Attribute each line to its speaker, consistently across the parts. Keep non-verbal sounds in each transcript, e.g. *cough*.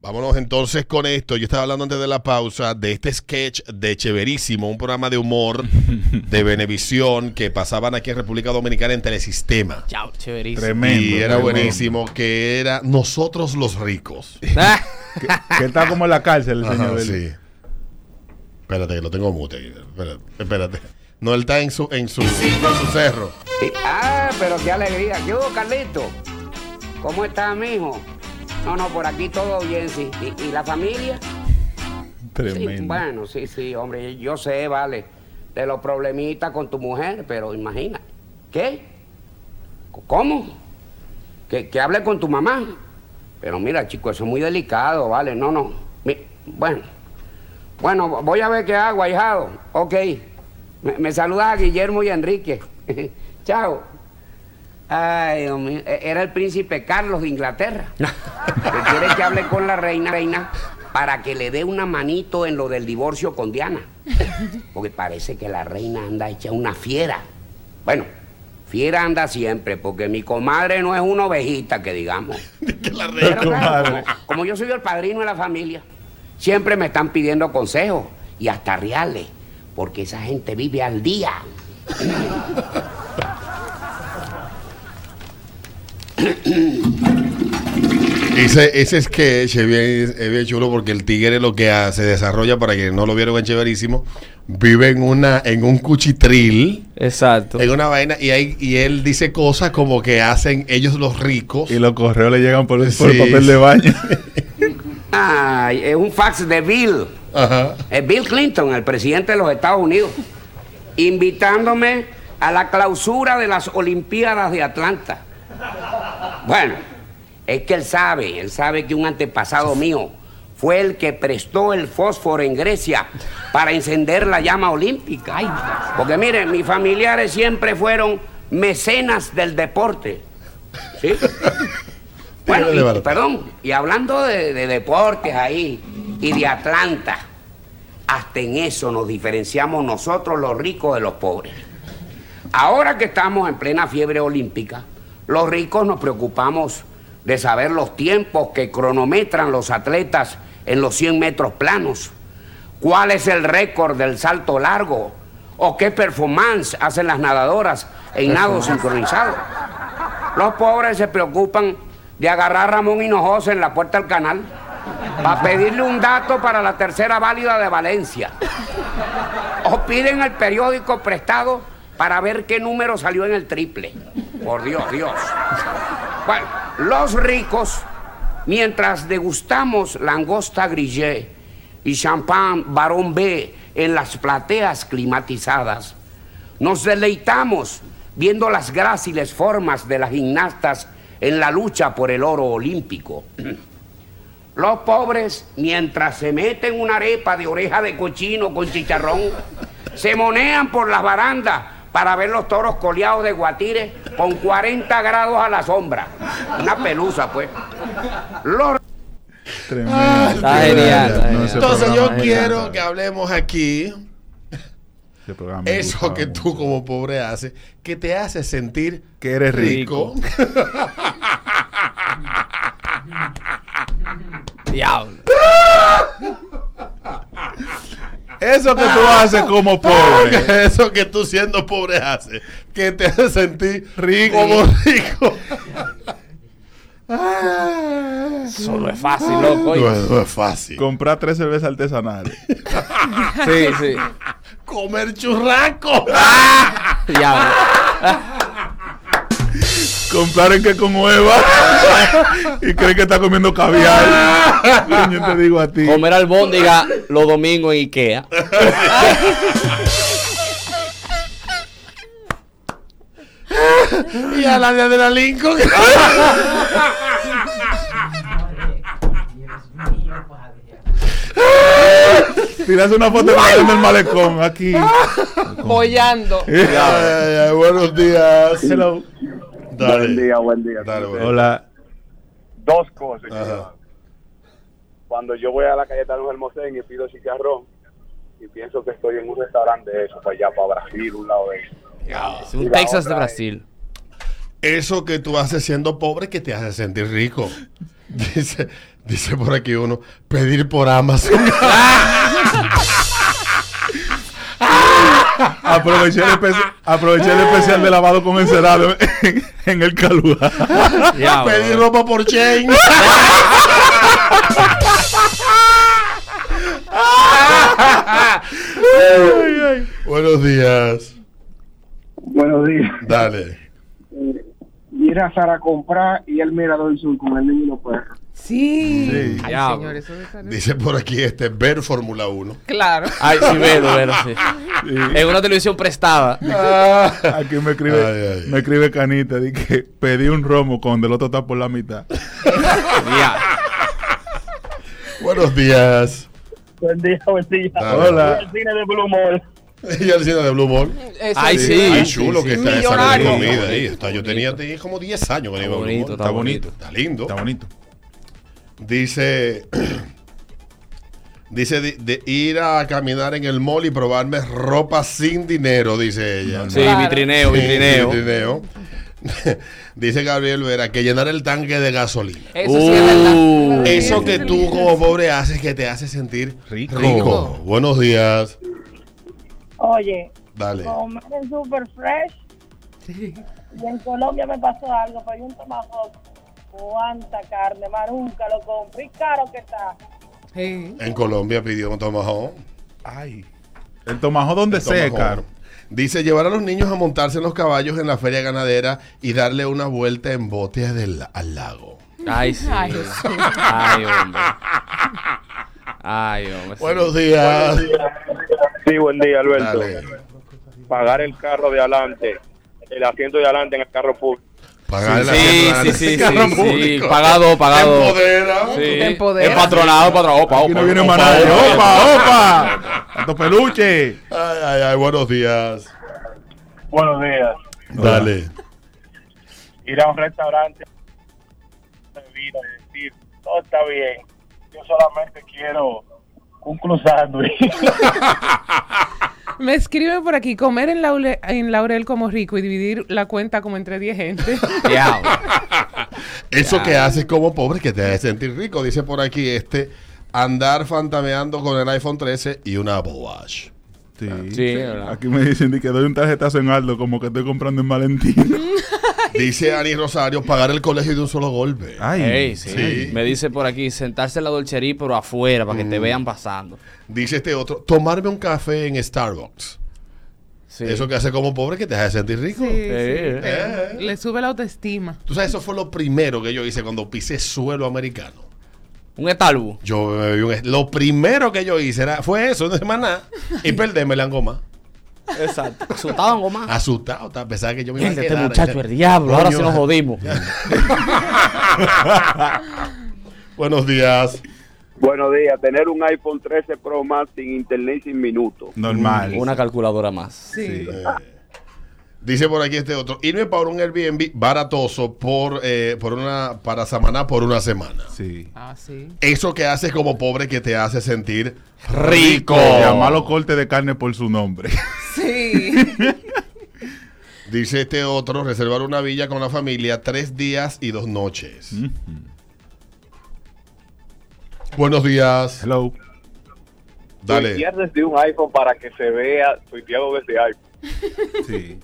Speaker 1: Vámonos entonces con esto. Yo estaba hablando antes de la pausa de este sketch de Cheverísimo, un programa de humor
Speaker 2: *laughs*
Speaker 1: de Benevisión que pasaban aquí en República Dominicana en Telesistema.
Speaker 3: Chao, chéverísimo.
Speaker 2: Tremendo.
Speaker 1: y era
Speaker 2: tremendo.
Speaker 1: buenísimo, que era Nosotros los ricos.
Speaker 3: Ah,
Speaker 2: Que, que está como en la cárcel el
Speaker 1: Ajá,
Speaker 2: señor.
Speaker 1: sí.
Speaker 2: Eli.
Speaker 1: Espérate, que lo tengo mute. aquí. Espérate, espérate. No, él está en su, en su, en su cerro.
Speaker 4: Sí. Ah, pero qué alegría. ¿Qué hubo, Carlito? ¿Cómo estás, mijo? No, no, por aquí todo bien, sí. ¿Y, y la familia? Sí,
Speaker 2: Tremendo.
Speaker 4: bueno, sí, sí, hombre, yo sé, vale, de los problemitas con tu mujer, pero imagina. ¿Qué? ¿Cómo? Que, que hable con tu mamá. Pero mira, chico, eso es muy delicado, vale, no, no. mi- bueno, bueno, voy a ver qué hago, ahijado. Ok. Me, me saludas a Guillermo y a Enrique. *laughs* Chao. Ay, Dios mío, e- era el príncipe Carlos de Inglaterra. Que quiere que hable con la reina, reina, para que le dé una manito en lo del divorcio con Diana. Porque parece que la reina anda hecha una fiera. Bueno, fiera anda siempre, porque mi comadre no es una ovejita, que digamos.
Speaker 1: *laughs* Que la re-
Speaker 4: Pero claro,
Speaker 2: Comadre.
Speaker 4: como, como yo soy el padrino de la familia, siempre me están pidiendo consejos y hasta reales, porque esa gente vive al día.
Speaker 1: Ese, ese sketch es bien, es bien chulo porque el tigre lo que hace, desarrolla, para que no lo vieron en Cheverísimo, vive en, una, en un cuchitril.
Speaker 3: Exacto.
Speaker 1: En una vaina y, ahí- y él dice cosas como que hacen ellos los ricos.
Speaker 2: Y los correos le llegan por, por
Speaker 1: Sí.
Speaker 2: papel de baño. *laughs*
Speaker 4: Ay, es un fax de Bill.
Speaker 1: Ajá.
Speaker 4: Es Bill Clinton, el presidente de los Estados Unidos, invitándome a la clausura de las Olimpiadas de Atlanta. Bueno, es que él sabe, él sabe que un antepasado mío fue el que prestó el fósforo en Grecia para encender la llama olímpica. Ay, porque miren, mis familiares siempre fueron mecenas del deporte. ¿Sí? Bueno,
Speaker 1: Dígale,
Speaker 4: y-
Speaker 1: Barto.
Speaker 4: perdón, y hablando de, de deportes ahí y de Atlanta, hasta en eso nos diferenciamos nosotros los ricos de los pobres. Ahora que estamos en plena fiebre olímpica, los ricos nos preocupamos de saber los tiempos que cronometran los atletas en los 100 metros planos, cuál es el récord del salto largo o qué performance hacen las nadadoras en nado sincronizado. Los pobres se preocupan de agarrar a Ramón Hinojosa en la puerta del canal para pedirle un dato para la tercera válida de Valencia. O piden el periódico prestado para ver qué número salió en el triple. Por Dios, Dios. Bueno, los ricos, mientras degustamos langosta grillé y champán barón B en las plateas climatizadas, nos deleitamos viendo las gráciles formas de las gimnastas en la lucha por el oro olímpico. Los pobres, mientras se meten una arepa de oreja de cochino con chicharrón, se monean por las barandas para ver los toros coleados de guatires con 40 grados a la sombra. Una pelusa, pues. Los
Speaker 2: Tremendo.
Speaker 3: Ah, Está genial, está
Speaker 2: No,
Speaker 3: genial.
Speaker 2: ese
Speaker 1: Entonces yo
Speaker 2: programa me
Speaker 1: quiero
Speaker 2: encanta.
Speaker 1: que hablemos aquí
Speaker 2: Ese programa me
Speaker 1: eso
Speaker 2: gustaba
Speaker 1: que tú
Speaker 2: mucho.
Speaker 1: como pobre haces, que te hace sentir
Speaker 2: Que eres
Speaker 1: rico.
Speaker 2: *laughs*
Speaker 1: *laughs*
Speaker 3: Diablo.
Speaker 2: Eso que tú
Speaker 1: Ah.
Speaker 2: haces como pobre.
Speaker 1: Que eso que tú siendo pobre haces, que te hace sentir rico.
Speaker 2: Rico.
Speaker 1: como
Speaker 2: *laughs*
Speaker 1: rico.
Speaker 2: Ah.
Speaker 3: Eso no es fácil, loco. oye.
Speaker 1: Ah. No, no es fácil.
Speaker 2: Comprar tres cervezas artesanales.
Speaker 3: Sí, sí.
Speaker 1: Comer churraco.
Speaker 3: Diablo.
Speaker 2: Comprar en que con hueva. *laughs* y creen que está comiendo caviar.
Speaker 1: Ah.
Speaker 2: Coño, te digo a ti.
Speaker 3: Comer albóndiga los domingos en Ikea.
Speaker 1: y a la de la Lincoln.
Speaker 2: Tiras una foto en el malecón aquí.
Speaker 1: Ah.
Speaker 3: Apoyando.
Speaker 1: Ay, ay, buenos días.
Speaker 2: Hello.
Speaker 1: Dale.
Speaker 5: Buen día, buen día.
Speaker 1: Dale, bueno.
Speaker 2: Hola.
Speaker 5: Dos cosas.
Speaker 1: Ajá.
Speaker 5: que Cuando yo voy a la calle Tarus Almacén y pido chicharrón, y pienso que estoy en un restaurante de eso, para allá, para Brasil, un lado de eso.
Speaker 3: Es un Texas de Brasil.
Speaker 1: Eso que tú haces siendo pobre que te hace sentir rico. *laughs* Dice, Dice por aquí uno, pedir por Amazon.
Speaker 2: Aproveché el, espe- aproveché el especial de lavado con encerado en, en el caluja.
Speaker 3: Diablo.
Speaker 1: *laughs* pedir ropa por Chain. Buenos días.
Speaker 6: Buenos días.
Speaker 1: Dale.
Speaker 6: Ir a Sara a comprar y el mirador sur con el niño y los perros.
Speaker 7: Sí.
Speaker 1: Sí.
Speaker 7: Ay,
Speaker 3: Diablo.
Speaker 7: señor, eso de estar-
Speaker 1: Dice por aquí este, ver Fórmula 1.
Speaker 7: Claro.
Speaker 3: Ay, sí, velo, velo, sí. En una televisión prestada.
Speaker 1: *laughs*
Speaker 2: Aquí me escribe,
Speaker 1: Ay, ay.
Speaker 2: me escribe Canita, di que pedí un romo cuando el otro está por la mitad.
Speaker 3: Ya.
Speaker 1: Buenos días.
Speaker 6: Buen día, buen día.
Speaker 1: Dale.
Speaker 2: Hola.
Speaker 6: cine de Blue Mall.
Speaker 1: *laughs* Y al cine de Blue Ball.
Speaker 7: Eso
Speaker 3: Ay, sí.
Speaker 1: Ay, chulo
Speaker 3: sí,
Speaker 1: que
Speaker 3: sí.
Speaker 1: está esa
Speaker 7: Millonario.
Speaker 1: comida ahí.
Speaker 3: Está
Speaker 1: Está- yo
Speaker 3: bonito.
Speaker 1: tenía tenía como 10 años que no
Speaker 3: Está
Speaker 1: iba a Blue
Speaker 3: bonito,
Speaker 1: Ball.
Speaker 3: está bonito.
Speaker 1: Está lindo.
Speaker 2: Está bonito.
Speaker 1: Dice. *clears throat* Dice de, de ir a caminar en el mall y probarme ropa sin dinero, dice ella.
Speaker 3: Sí,
Speaker 7: Claro.
Speaker 3: vitrineo,
Speaker 1: Sí,
Speaker 3: vitrineo.
Speaker 1: vitrineo. *laughs* dice Gabriel Vera que llenar el tanque de gasolina.
Speaker 7: Eso sí es verdad.
Speaker 3: Uh,
Speaker 7: Sí,
Speaker 1: Eso
Speaker 7: sí
Speaker 1: que
Speaker 7: es
Speaker 1: tú
Speaker 7: verdad.
Speaker 1: como pobre haces que te hace sentir rico.
Speaker 2: Rico.
Speaker 1: Buenos días.
Speaker 8: Oye,
Speaker 1: Dale.
Speaker 8: comer es super fresh. Y en Colombia me pasó algo, pedí un tomahawk. Cuánta carne, marunca lo compré, y caro que está.
Speaker 7: Sí.
Speaker 1: En Colombia pidió un tomahawk.
Speaker 2: Ay. El tomajón donde sea, es
Speaker 1: Tomahawk.
Speaker 2: caro.
Speaker 1: Dice llevar a los niños a montarse en los caballos en la feria ganadera y darle una vuelta en bote del, al lago.
Speaker 3: Ay, sí.
Speaker 7: Ay,
Speaker 3: Ay,
Speaker 7: sí.
Speaker 3: hombre. Ay, hombre. sí.
Speaker 1: Buenos días.
Speaker 5: Sí, buen día, Alberto.
Speaker 1: Dale.
Speaker 5: Pagar el carro de adelante, el asiento de adelante en el carro público.
Speaker 1: Pagar el
Speaker 3: Sí,
Speaker 1: asiento
Speaker 3: sí,
Speaker 1: del
Speaker 3: sí, sí,
Speaker 1: carro
Speaker 3: sí,
Speaker 1: público.
Speaker 3: Pagado, pagado.
Speaker 1: Empodera.
Speaker 3: Sí.
Speaker 7: Te empodera.
Speaker 3: Es patronado, patronado. Opa,
Speaker 2: Aquí
Speaker 3: opa,
Speaker 2: no viene
Speaker 3: opa,
Speaker 2: maná.
Speaker 3: opa,
Speaker 2: ¡Opa, opa! ¡Tanto peluche!
Speaker 1: Ay, ay, ay, buenos días.
Speaker 6: Buenos días.
Speaker 1: Dale.
Speaker 6: Ir a un restaurante de vino y decir, todo está bien. Yo solamente quiero un cruzando.
Speaker 7: Me escriben por aquí, comer en, laure- en Laurel como rico y dividir la cuenta como entre 10 *laughs* gente.
Speaker 3: Diablo.
Speaker 1: Eso que haces como pobre que te hace sentir rico, dice por aquí este, andar fantameando con el iPhone 13 y una Apple Watch.
Speaker 2: Sí.
Speaker 3: Sí, ¿verdad?
Speaker 2: Aquí me dicen di que doy un tarjetazo en Aldo, como que estoy comprando en Valentino.
Speaker 1: Dice Ani Rosario, pagar el colegio de un solo golpe.
Speaker 2: Ay.
Speaker 3: Ey, sí.
Speaker 1: Sí.
Speaker 3: Me dice por aquí, sentarse en la dolcería, pero afuera, para que te vean pasando.
Speaker 1: Dice este otro, tomarme un café en Starbucks.
Speaker 3: Sí.
Speaker 1: Eso que hace como pobre que te hace sentir rico.
Speaker 7: Sí, sí,
Speaker 3: Eh.
Speaker 7: te- Le sube la autoestima.
Speaker 1: Tú sabes, eso fue lo primero que yo hice cuando pisé suelo americano.
Speaker 3: Un estalbu.
Speaker 1: Yo me bebí un- Lo primero que yo hice era, fue eso, una semana,
Speaker 3: *laughs*
Speaker 1: y perderme la goma.
Speaker 3: Exacto. Asustaban o más.
Speaker 1: Asustado, ta- pensaba que yo me iba a
Speaker 3: Ah. Este
Speaker 1: Ah, quedar.
Speaker 3: muchacho es diablo. Ahora sí nos jodimos.
Speaker 1: Buenos días.
Speaker 5: Buenos días, tener un iPhone 13 Pro Max sin internet y sin minutos.
Speaker 2: Normal.
Speaker 3: Una calculadora más.
Speaker 7: Sí.
Speaker 1: Dice por aquí este otro, irme para un Airbnb baratoso por, eh, por una, para Samaná por una semana.
Speaker 2: Sí.
Speaker 7: Ah, sí.
Speaker 1: Eso que haces como pobre que te hace sentir
Speaker 3: Rico.
Speaker 2: Llamar los cortes de carne por su nombre. *laughs*
Speaker 7: Sí.
Speaker 1: Dice este otro, reservar una villa con la familia tres días y dos noches. Buenos días.
Speaker 2: Hello.
Speaker 1: Dale.
Speaker 5: Tuitear desde un iPhone para que se vea tuiteado desde iPhone.
Speaker 2: Sí.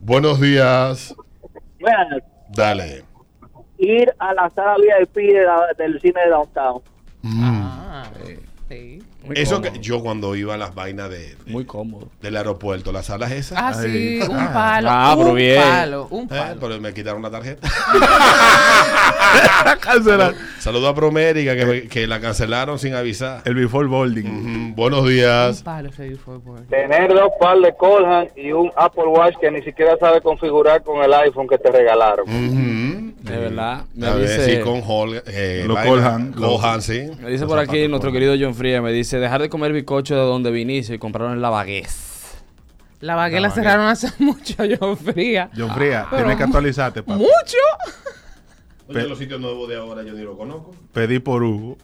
Speaker 1: Buenos días. Dale.
Speaker 6: ir a la sala VIP de la- del cine de Downtown.
Speaker 7: *laughs* Ah, sí.
Speaker 3: Muy
Speaker 1: Mm. Eso
Speaker 3: cómodo.
Speaker 1: que yo cuando iba a las vainas de, de-
Speaker 3: Muy cómodo.
Speaker 1: del aeropuerto, las salas esas.
Speaker 7: Ah, sí, un palo.
Speaker 3: Ah, pero
Speaker 7: un
Speaker 3: bien.
Speaker 7: palo, un
Speaker 1: eh,
Speaker 7: palo.
Speaker 1: pero me quitaron la tarjeta.
Speaker 2: Cancelar.
Speaker 1: Saludo a Promérica que, me- que la cancelaron sin avisar.
Speaker 2: El before boarding.
Speaker 1: Mm, buenos
Speaker 7: Un
Speaker 1: días.
Speaker 7: palo, Freddy Forward.
Speaker 6: Tener dos par de Colhan y un Apple Watch que ni siquiera sabe configurar con el iPhone que te regalaron.
Speaker 1: Mhm.
Speaker 3: De verdad. Me
Speaker 1: A ver,
Speaker 3: dice,
Speaker 1: sí, con Hol, eh,
Speaker 2: Lo
Speaker 1: vaina.
Speaker 2: Colhan. Lo-
Speaker 1: Colhan, sí.
Speaker 3: me dice por aquí nuestro querido John Fría. Me dice dejar de comer bizcocho de donde viniste y compraron la baguez.
Speaker 7: La baguela
Speaker 2: La
Speaker 7: cerraron hace *laughs* mucho, yo fría.
Speaker 2: John Fría,
Speaker 7: Ah, pero
Speaker 2: tenés que actualizarte, papi.
Speaker 7: ¿Mucho?
Speaker 1: Oye, los sitios nuevos de ahora yo ni lo conozco.
Speaker 2: Pedí por Hugo.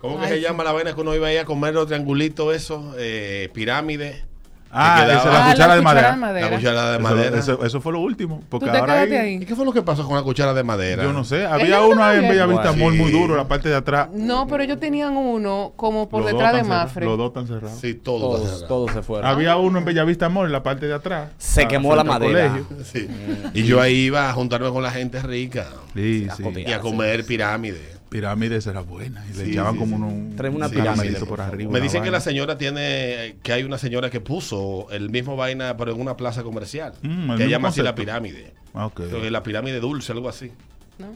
Speaker 1: ¿Cómo que
Speaker 7: Ay,
Speaker 1: se
Speaker 7: sí.
Speaker 1: llama la vaina que uno iba ahí a comer los triangulitos esos? Eh, pirámide.
Speaker 2: Ah,
Speaker 1: quedaba-
Speaker 2: esa,
Speaker 1: Ah,
Speaker 2: la
Speaker 1: la
Speaker 2: cuchara de madera.
Speaker 1: La cuchara de
Speaker 2: Eso-
Speaker 1: madera.
Speaker 2: Eso, eso fue lo último.
Speaker 7: Tú
Speaker 2: Porque
Speaker 7: te
Speaker 2: ahora
Speaker 7: quedaste
Speaker 2: ahí,
Speaker 1: ¿Y
Speaker 7: ahí.
Speaker 1: qué fue lo que pasó con la cuchara de madera?
Speaker 2: Yo no sé.
Speaker 7: Ella
Speaker 2: Había
Speaker 7: no
Speaker 2: uno ahí en
Speaker 7: sabía.
Speaker 2: Bella Vista
Speaker 1: Sí.
Speaker 2: Mall muy duro, la parte de atrás.
Speaker 7: No, pero ellos tenían uno como por
Speaker 2: Los dos
Speaker 7: detrás de
Speaker 2: están cerrados,
Speaker 7: Mafre.
Speaker 2: Los dos están cerrados.
Speaker 1: Sí, todo.
Speaker 3: Todos, todos se fueron.
Speaker 2: Había uno en Bellavista Mall, en la parte de atrás.
Speaker 3: Se
Speaker 2: Ah,
Speaker 3: quemó la
Speaker 2: frente al
Speaker 3: madera.
Speaker 2: colegio.
Speaker 1: Sí.
Speaker 2: Mm.
Speaker 1: Y yo ahí iba a juntarme con la gente rica
Speaker 2: Sí, sí.
Speaker 1: y a comer pirámide.
Speaker 2: Pirámides era buena. Y le
Speaker 1: Sí,
Speaker 2: echaban
Speaker 1: sí,
Speaker 2: como
Speaker 1: sí.
Speaker 2: uno-
Speaker 3: Traen una
Speaker 2: un
Speaker 3: pirámide,
Speaker 2: caramelito
Speaker 3: por
Speaker 2: por arriba.
Speaker 1: Me
Speaker 2: una
Speaker 1: dicen que
Speaker 2: vaina.
Speaker 1: la señora tiene, que hay una señora que puso el mismo vaina, pero en una plaza comercial.
Speaker 2: Mm, el
Speaker 1: que
Speaker 2: mismo
Speaker 1: llama así la
Speaker 2: concepto.
Speaker 1: pirámide.
Speaker 2: Ah, ok.
Speaker 1: Creo que la pirámide dulce, algo así.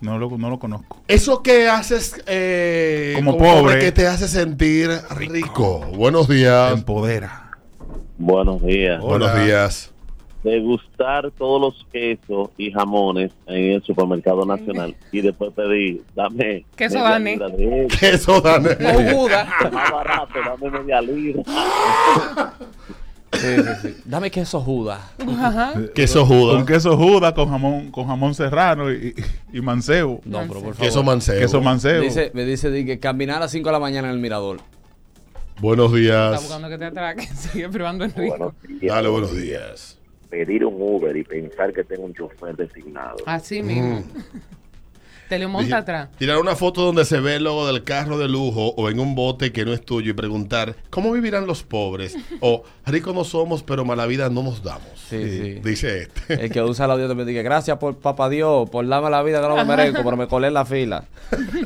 Speaker 2: No lo, no lo conozco.
Speaker 1: Eso que haces eh,
Speaker 2: Como pobre.
Speaker 1: que te hace sentir rico. Buenos días.
Speaker 2: Empodera.
Speaker 9: Buenos días.
Speaker 1: Buenos
Speaker 2: Hola.
Speaker 1: días.
Speaker 9: Degustar todos los quesos y jamones en el supermercado nacional y después pedir, dame.
Speaker 7: Queso
Speaker 9: media libra
Speaker 7: Dane.
Speaker 9: de esto,
Speaker 1: *laughs* Queso Dane.
Speaker 9: más barato, dame media libra.
Speaker 3: Sí, sí, sí. Dame queso Judas.
Speaker 7: Ajá.
Speaker 1: Queso Judas.
Speaker 2: Con *laughs* queso Judas, con jamón, con jamón serrano y, y- y mancebo.
Speaker 3: No, pero por favor.
Speaker 1: Queso Mancebo.
Speaker 2: Queso mancebo.
Speaker 3: Dice- me dice di que caminar a las 5 de la mañana en el mirador.
Speaker 1: Buenos
Speaker 7: Está
Speaker 1: días.
Speaker 7: buscando que te atraque. *laughs* Sigue privando en rico.
Speaker 9: Buenos días.
Speaker 1: Dale, buenos días.
Speaker 9: Pedir un Uber y pensar que tengo un chofer designado.
Speaker 7: Así mismo. Te lo monta
Speaker 1: Dije,
Speaker 7: atrás.
Speaker 1: Tirar una foto donde se ve el logo del carro de lujo o en un bote que no es tuyo y preguntar, ¿cómo vivirán los pobres? O, ricos no somos, pero mala vida no nos damos.
Speaker 3: Sí, sí.
Speaker 1: Dice este. *laughs*
Speaker 3: El que usa el audio también dice, gracias por papá Dios, por darme la vida que no me merezco, pero me colé en la fila.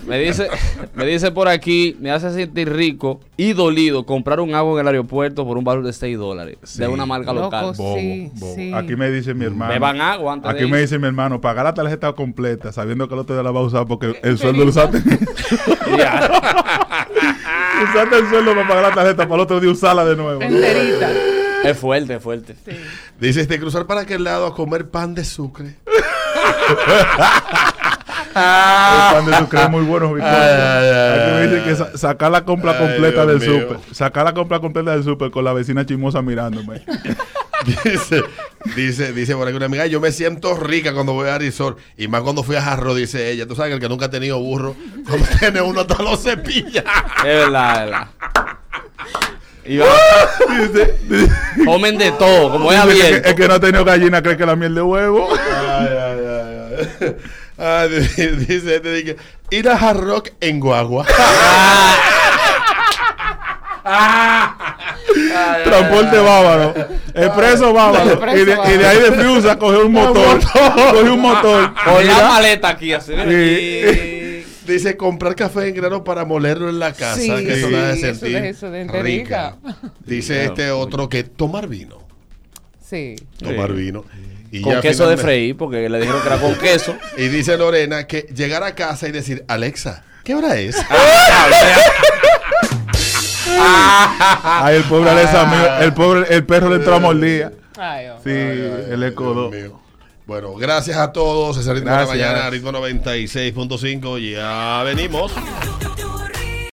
Speaker 3: Me dice, me dice por aquí, me hace sentir rico y dolido comprar un agua en el aeropuerto por un valor de 6 dólares
Speaker 2: Sí.
Speaker 3: de una marca
Speaker 7: Loco,
Speaker 3: local.
Speaker 7: sí.
Speaker 2: Bobo, bobo.
Speaker 7: Oh, sí.
Speaker 2: Aquí me dice mi hermano.
Speaker 3: Beban agua antes
Speaker 2: Aquí
Speaker 3: de
Speaker 2: me
Speaker 3: ir.
Speaker 2: dice mi hermano, pagar la tarjeta completa, sabiendo que el otro día la va a usar
Speaker 7: Eh,
Speaker 2: porque el sueldo lo usaste. *laughs*
Speaker 7: *laughs*
Speaker 2: usaste el sueldo para pagar la tarjeta, para el otro día usarla de nuevo.
Speaker 7: Enterita.
Speaker 3: Es fuerte, es fuerte.
Speaker 1: Dice este, cruzar para aquel lado a comer pan de sucre. *laughs*
Speaker 2: El pan de sucre es muy bueno, bizcocho.
Speaker 1: Ay, ay,
Speaker 2: Aquí me
Speaker 1: ay,
Speaker 2: dice que sa- sacar la compra
Speaker 1: Ay,
Speaker 2: completa
Speaker 1: Dios
Speaker 2: del
Speaker 1: mío.
Speaker 2: súper. Sacar la compra completa del súper con la vecina chismosa mirándome.
Speaker 1: dice, dice, dice por aquí una amiga, "Ay, yo me siento rica cuando voy a Arizor. Y más cuando fui a Jarro, dice ella. Tú sabes que el que nunca ha tenido burro, *laughs* cuando tiene uno hasta lo cepilla.
Speaker 3: Es verdad, es verdad. Y
Speaker 2: *laughs*
Speaker 3: va- comen de todo, como es
Speaker 2: Dice que-
Speaker 3: abierto.
Speaker 2: es que no ha tenido gallina, cree que la miel de huevo.
Speaker 1: *laughs* Ay, ay, ay, ay. *laughs* Ay, dice, dice este, dice, ir a Hard Rock en *laughs* guagua.
Speaker 2: Transporte bávaro. Expreso bávaro.
Speaker 7: Expreso
Speaker 2: y, de, y de ahí de Fiusa coge *laughs* un motor. coge un motor.
Speaker 3: Con la
Speaker 2: Mira,
Speaker 3: maleta aquí, así. mira,
Speaker 2: Sí.
Speaker 3: y-
Speaker 1: Dice comprar café en grano para molerlo en la casa.
Speaker 7: Sí,
Speaker 1: que eso
Speaker 7: sí,
Speaker 1: da de
Speaker 7: eso
Speaker 1: sentir
Speaker 7: de- eso de gente
Speaker 1: rica. Dice este otro que tomar vino.
Speaker 7: Sí.
Speaker 1: Tomar
Speaker 3: Sí.
Speaker 1: vino. Y
Speaker 3: Con
Speaker 1: ya
Speaker 3: queso de
Speaker 1: finalmente-
Speaker 3: freír, porque le dijeron que era con queso.
Speaker 1: Y dice Lorena que llegar a casa y decir, Alexa, ¿qué hora es?
Speaker 2: Ay, el pobre Alexa mío, El, pobre, el perro le entró a morder.
Speaker 7: Ay, oh.
Speaker 2: Sí, el
Speaker 1: Dios
Speaker 2: ecodo.
Speaker 1: mío. Bueno, gracias a todos. Es el ritmo de la
Speaker 2: Gracias.
Speaker 1: mañana, ritmo 96.5. Ya venimos.